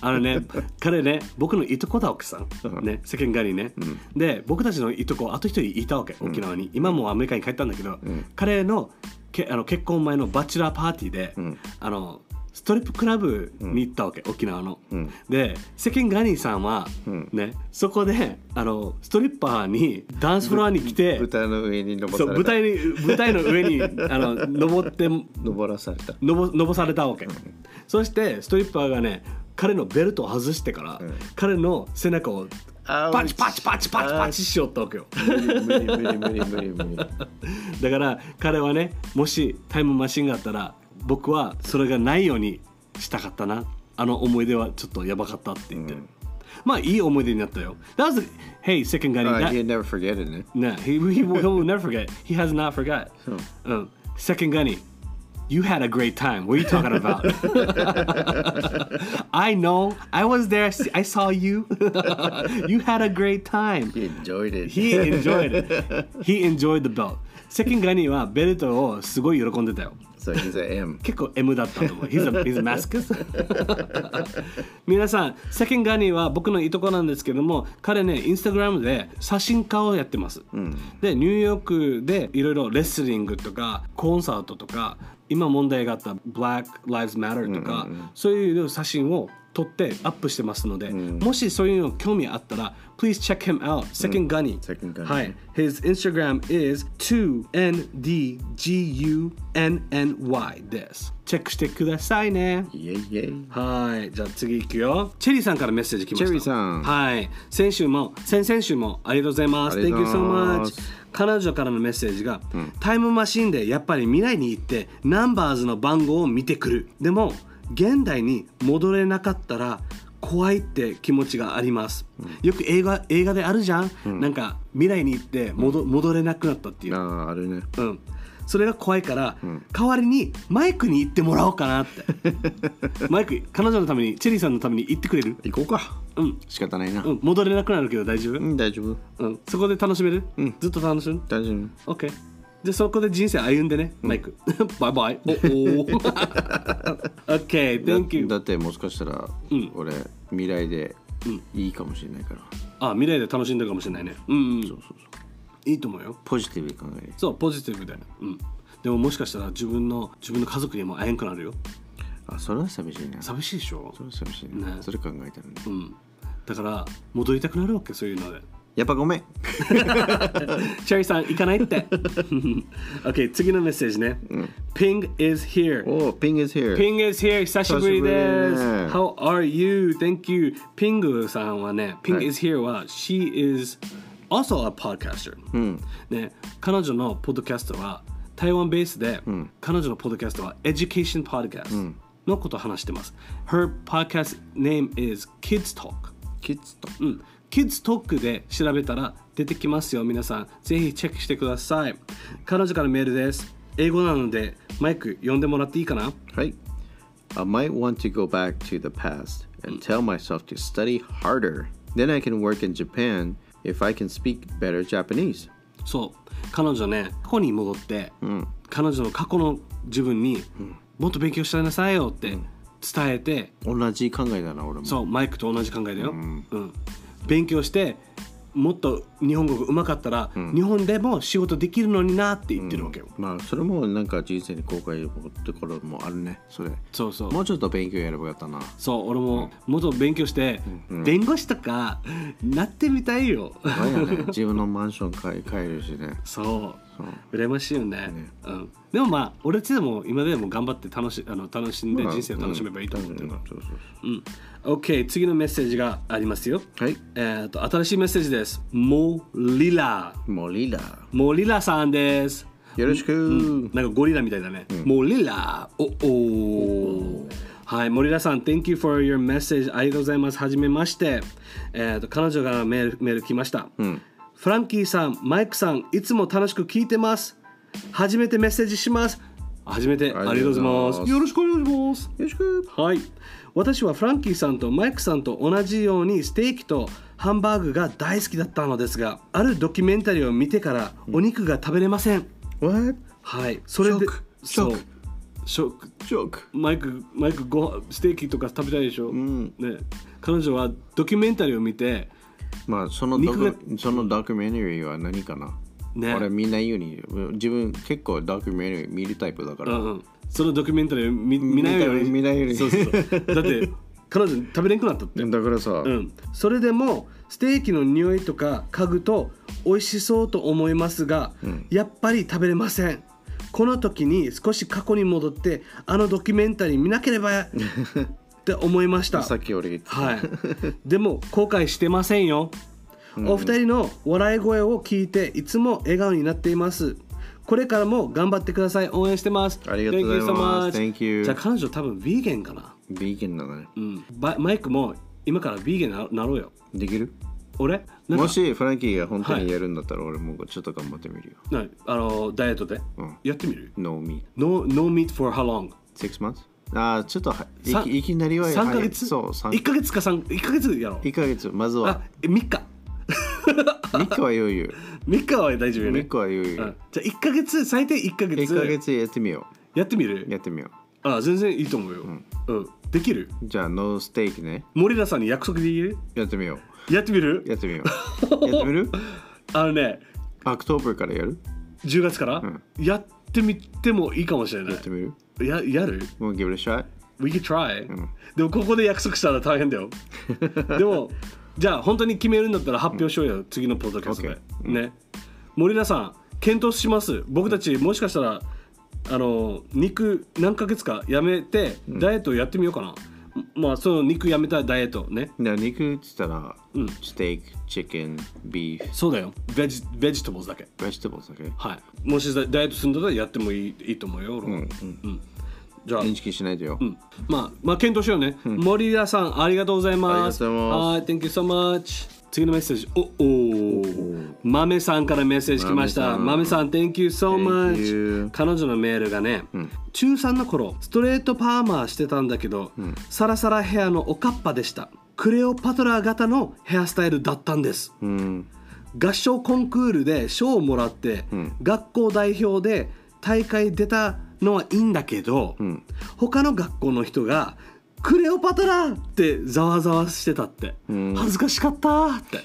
S2: あのね彼ね僕のいとこだ奥さんね世間狩りね、で僕たちのいとこあと一人いたわけ沖縄に、今もうアメリカに帰ったんだけど、彼のけあの結婚前のバチュラーパーティーで、あのストリップクラブに行ったわけ、沖縄の、で世間ガニーさんは、ねそこであのストリッパーにダンスフロアに来て
S1: 舞台の上に登
S2: そ
S1: さ
S2: う
S1: れた
S2: 舞台に舞台の上にあの登って
S1: 登らされた。
S2: のぼのぼされたわけ、そしてストリッパーがね彼のベルトを外してから、彼の背中を
S1: あー
S2: パチパチパチパチパチしよったわけよ
S1: 無理無理無理無理無理無理。
S2: だから彼はねもしタイムマシンがあったら僕はそれがないようにしたかったなあの思い出はちょっとやばかったって言ってる、まあいい思い出になったよ That was Hey second guy
S1: Uh,
S2: that-
S1: he'd never forget it ね。
S2: No, he, he, will, he will never forget. He has not forgot. Um, second Gunny, you had a great time. What are you talking about? I know. I was there. I saw you. you had a great time.
S1: He enjoyed it.
S2: He enjoyed it. He enjoyed the belt. Second Gunny はベルトをすごい喜んでたよ。
S1: so he's an M.
S2: 結構 M だったと思う。He's a, he's a maskist. 皆さん、セケンガニーは僕のいとこなんですけども、彼ね、インスタグラムで写真家をやってます。で、ニューヨークでいろいろレスリングとか、コンサートとか、今問題があった Black Lives Matter とか、そういう写真を撮ってアップしてますので、もしそういうの興味あったら、Please check him out, Second Gunny.
S1: Second Gunny
S2: はい。His Instagram is 2ndgunny です。チェックしてくださいね。
S1: イェイイェイ。
S2: はい。じゃあ次行くよ。チェリーさんからメッセージ来ました。
S1: チェリーさん
S2: はい。先週も、先々週もありがとうございます。
S1: あり
S2: Thank
S1: が
S2: you
S1: とう
S2: so
S1: ございます
S2: much。彼女からのメッセージが、タイムマシンでやっぱり未来に行ってナンバーズの番号を見てくるでも現代に戻れなかったら怖いって気持ちがあります、よく映画映画であるじゃん、なんか未来に行って戻,、戻れなくなったっていう、
S1: ああ、あるね。
S2: うん、それが怖いから、代わりにマイクに行ってもらおうかなって マイク彼女のためにチェリーさんのために行ってくれる、
S1: 行こうか。
S2: うん
S1: 仕方ないな。
S2: う、
S1: うん
S2: 戻れなくなるけど大丈夫、
S1: ん、大丈夫。
S2: うん、そこで楽しめる、ずっと楽しむ
S1: 大丈夫。
S2: OK でそこで人生歩んでねマイク、 バイバイおお OK
S1: だ
S2: thank you
S1: だってもしかしたら、俺、未来でいいかもしれないから。
S2: あ未来で楽しんでるかもしれないねうん、うん、
S1: そうそうそう。
S2: いいと思うよ
S1: ポジティブに考える。
S2: そうポジティブだよ、うん、でももしかしたら自分の自分の家族にも会えんくなるよ
S1: あ、それは寂しいな。
S2: 寂しいでしょ
S1: それは寂しいな。
S2: ね
S1: それ考えたらね。
S2: うんだから戻りたくなるわけそういうので
S1: やっぱごめん。
S2: チェリーさん行かないって OK 次のメッセージね、Ping is here
S1: おお、Ping is here.
S2: Ping is here 久しぶり
S1: 久
S2: で
S1: しぶり
S2: す。
S1: ね
S2: How are you? Thank you. Ping さんはね、Ping
S1: はい
S2: is here は She is also a podcaster、ね、彼女のポッドキャストは台湾ベースで、彼女のポッドキャストは Education Podcast のことを話してます。Her podcast name is Kids Talk。
S1: キッズと。
S2: うん、Kids Talk で調べたら出てきますよ皆さんぜひチェックしてください彼女からメールです英語なのでマイク呼んでもらっていいかな
S1: Right. I might want to go back to the past and tell myself to study harder. Then I can work in Japan if I can speak better Japanese.
S2: そう彼女ね過去に戻って、彼女の過去の自分に、もっと勉強しなさいよって伝えて、
S1: 同じ考えだな、俺も。
S2: そうマイクと同じ考えだよ、うん勉強してもっと日本語がうまかったら、日本でも仕事できるのになって言ってるわけよ、
S1: まあ、それもなんか人生に後悔をところもあるね、それ。
S2: そうそう
S1: もうちょっと勉強やればよかったな。
S2: そう俺ももっと勉強して、弁護士とかなってみたいよ、
S1: まあやね、自分のマンション買い買えるしね。
S2: そう羨ましいよねうん、でもまあ俺たちでも今でも頑張って楽しあの楽しんで人生を楽しめばいいと思ってるから、
S1: そうそうそう。
S2: うん、OK 次のメッセージがありますよ、
S1: はい
S2: えー、と新しいメッセージですモリラ
S1: モリラ。
S2: モリラさんです
S1: よろしく。
S2: なんかゴリラみたいだね。モリラおおはい、モリラさん、Thank you for your message. ありがとうございます。はじめまして。えー、と彼女がメールメール来ました、フランキーさん、マイクさん、いつも楽しく聞いてます。初めてメッセージします。初めてありがとうござ
S1: ありが
S2: います。
S1: とうございます
S2: よろしくお願いします。
S1: よろしく。
S2: はい。私はフランキーさんとマイクさんと同じようにステーキとハンバーグが大好きだったのですが、あるドキュメンタリーを見てからお肉が食べれません
S1: What?
S2: はい、それで
S1: ショックショック
S2: そうショック
S1: ジョーク。
S2: マイクマイクご飯ステーキとか食べたいでしょ、ね、彼女はドキュメンタリーを見て
S1: まあそのド
S2: 肉が
S1: キュそのドキュメンタリーは何かな、
S2: ね
S1: 俺みんな言うに自分結構ドキュメンタリー見るタイプだか
S2: う
S1: ら、
S2: んうんそのドキュメンタリーを見見ないように
S1: 見ないように
S2: そ うそうそうだって彼女食べれなくなったって、
S1: だからさ、
S2: うん、それでもステーキの匂いとか嗅ぐと美味しそうと思いますが、やっぱり食べれませんこの時に少し過去に戻ってあのドキュメンタリー見なけれ ばって思いました
S1: さっき俺言ってた
S2: はい、でも後悔してませんよ、お二人の笑い声を聞いていつも笑顔になっていますこれからも頑張ってください応援してます
S1: ありがとうございます
S2: Thank
S1: Thank
S2: you so much
S1: you
S2: じゃあ彼女多分ビーゲンかな、
S1: ビーゲンなのね
S2: うん、バマイクも今からビーゲンななろうよ
S1: できる
S2: 俺なんか
S1: もしフランキーが本当
S2: はい
S1: にやるんだったら、俺もちょっと頑張ってみるよ
S2: なあのダイエットで、
S1: ん
S2: やってみる
S1: No meat
S2: no, no meat for how long?
S1: Six months? ああちょっとはい
S2: さ
S1: いきいきなりは
S2: 3ヶ
S1: はい
S2: 月
S1: そう3
S2: 1ヶ月か3 1ヶ月やろう
S1: 一ヶ月まず
S2: あ
S1: は
S2: 3日
S1: 3日は余裕
S2: 3日は大丈夫よね
S1: 3日は余
S2: う
S1: 裕
S2: んじゃあ1ヶ月最低1ヶ月
S1: 1ヶ月やってみよ
S2: やってみる
S1: うやってみよ
S2: あ全然いいと思うよ、うんできる
S1: うじゃあノーステーキね
S2: 森田さんに約束できる
S1: やってみよ
S2: やってみる
S1: うやってみよ うやってみる
S2: あのね
S1: アクトーブからやる
S2: 10月から、やってみてもいいかもしれない
S1: やってみる
S2: ややる
S1: Wanna give it a shot?
S2: We can try、でもここで約束したら大変だ よでもじゃあ本当に決めるんだったら発表しようよ、次のポッドキャストで、ね森田さん検討します僕たちもしかしたらあの肉何ヶ月かやめてダイエットやってみようかな、まあその肉やめたダイエットね
S1: な肉っつったら、
S2: うん
S1: ステーキ、チキン、ビーフ、
S2: そうだよ。ベジ、ベジタブルだけ。
S1: ベジタブルだけ。
S2: はい。もしダダイエットするんだったらやってもいいいいと思うよ。俺はうん。うん。じゃあ、う
S1: 認
S2: ん。
S1: 識しないでよ。
S2: まあ、まあ、検討しようね。森田さん、ありがとうございます。
S1: ありがとうございます
S2: はい、Thank you so much。次のメッセージ。おおー。豆さんからメッセージ来ました。豆
S1: 豆
S2: さん、Thank you so
S1: Thank
S2: much
S1: you。
S2: 彼女のメールがね、中3の頃ストレートパーマーしてたんだけど、サラサラヘアのおかっぱでしたクレオパトラ型のヘアスタイルだったんです、
S1: うん。
S2: 合唱コンクールで賞をもらって、学校代表で大会出たのはいいんだけど、他の学校の人が「クレオパトラ!」ってざわざわしてたって、恥ずかしかったって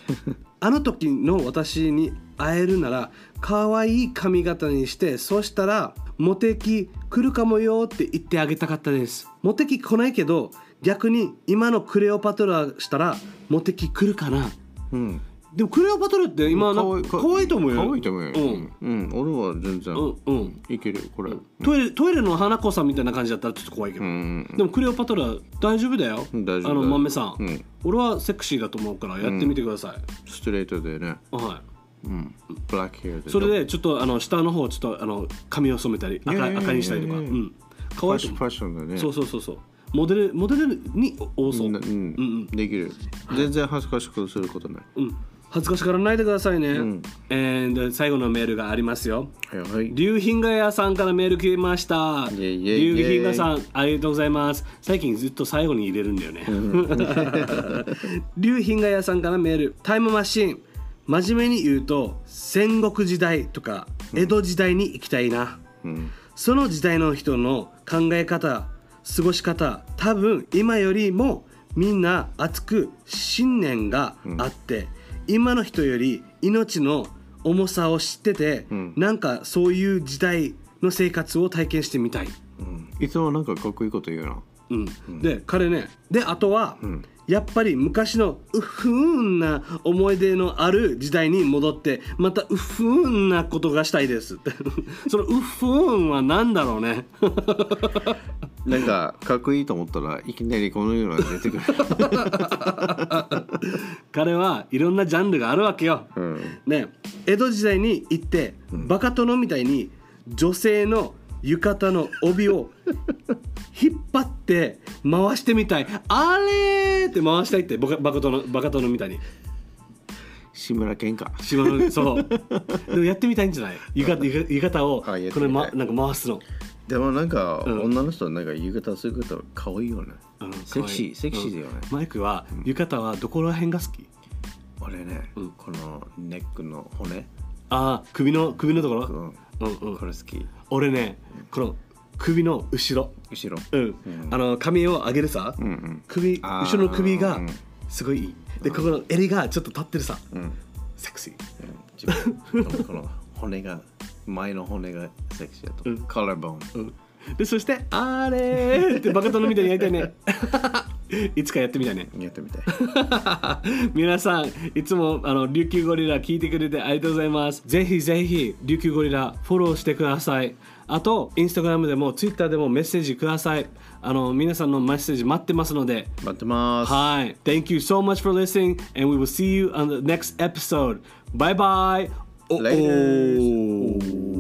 S2: あの時の私に会えるなら可愛い髪型にしてそしたら「モテキ来るかもよ」って言ってあげたかったですモテキ来ないけど逆に今のクレオパトラしたらモテ期来るかな
S1: うん
S2: でもクレオパトラって今なんか可愛いと思うよ
S1: 可愛いと思うよ
S2: うん
S1: うん、俺は全然、
S2: うんうん
S1: いけるよこれ
S2: トイレトイレの花子さんみたいな感じだったらちょっと怖いけど、
S1: うん
S2: でもクレオパトラ大丈夫だよ
S1: うん大丈夫
S2: あの
S1: 大丈夫
S2: 豆さん、
S1: うん
S2: 俺はセクシーだと思うからやってみてください、
S1: ストレートでね
S2: はい
S1: うんブラックヘアで
S2: それでちょっとあの下の方ちょっとあの髪を染めたり
S1: いやいやい
S2: 赤
S1: や
S2: 赤にしたりとか、
S1: いうやいや
S2: ん、
S1: フ
S2: 可
S1: ァッ
S2: 愛いと
S1: ション
S2: 思
S1: ファッションだね
S2: うそうそうそうそうモデルモデルに多そう、うん
S1: なうん
S2: うん
S1: できる全然恥ずかしくすることない
S2: うん、恥ずかしからないでくださいね、
S1: ん
S2: And 最後のメールがありますよ
S1: はいはい
S2: 竜品が屋さんからメール来ました。
S1: イエイイエイ
S2: 竜品がさん、ありがとうございます。最近ずっと最後に入れるんだよね。竜品が屋さんからメール、タイムマシーン。真面目に言うと、戦国時代とか江戸時代に行きたいな。
S1: うん
S2: その時代の人の考え方過ごし方多分今よりもみんな熱く信念があって、今の人より命の重さを知ってて、
S1: ん
S2: なんかそういう時代の生活を体験してみたい、
S1: うんいつもなんかかっこいいこと言うな
S2: うんで彼ねであとは、
S1: ん
S2: やっぱり昔のうふんな思い出のある時代に戻ってまたうふんなことがしたいです ってそのうふんは何だろうね
S1: なんかかっこいいと思ったらいきなりこのようなの出てくる
S2: 彼はいろんなジャンルがあるわけよ、
S1: うん
S2: ね江戸時代に行って、バカ殿みたいに女性の浴衣の 帯を引っ張って回してみたいあれーって回したいってバカバカ殿バカ殿みたいに
S1: 志村けんか
S2: 島のそうでもやってみたいんじゃない浴 衣浴衣浴衣をこ
S1: はいやって
S2: れ、
S1: みた
S2: ま
S1: い、
S2: なんか回すの
S1: でもなんか、
S2: うん
S1: 女の人なんか浴衣すること可愛いよね
S2: あの
S1: セクシ
S2: 可愛い
S1: ーセクシーだよね、
S2: マイクは浴衣はどこら辺が好き
S1: 俺ね、
S2: うん
S1: このネックの骨、
S2: ああ首の首のところ、
S1: うん、
S2: うんうん
S1: これ好き
S2: 俺ねこの首の後ろ
S1: 後ろ
S2: うん、
S1: ん
S2: あの髪を上げるさ、
S1: うんうん
S2: 首
S1: あー
S2: 後ろの首が
S1: うん
S2: すごいいいでここの襟がちょっと立ってるさ、
S1: うん
S2: セクシー
S1: 自分でもこの骨が前の骨がセクシーだと、
S2: うん
S1: カラーボーン
S2: でそして「あれー」ってバカ殿みたいにやりたいね いつかやってみたいね
S1: やって みたい
S2: 皆さんいつもあの琉球ゴリラ聞いてくれてありがとうございますぜひぜひ琉球ゴリラフォローしてくださいあとインスタグラムでもツイッターでもメッセージくださいあの皆さんのメッセージ待ってますので
S1: 待ってます
S2: はい。Thank you so much for listening, and we will see you on the next episode. Bye bye.
S1: Laters.
S2: Oh.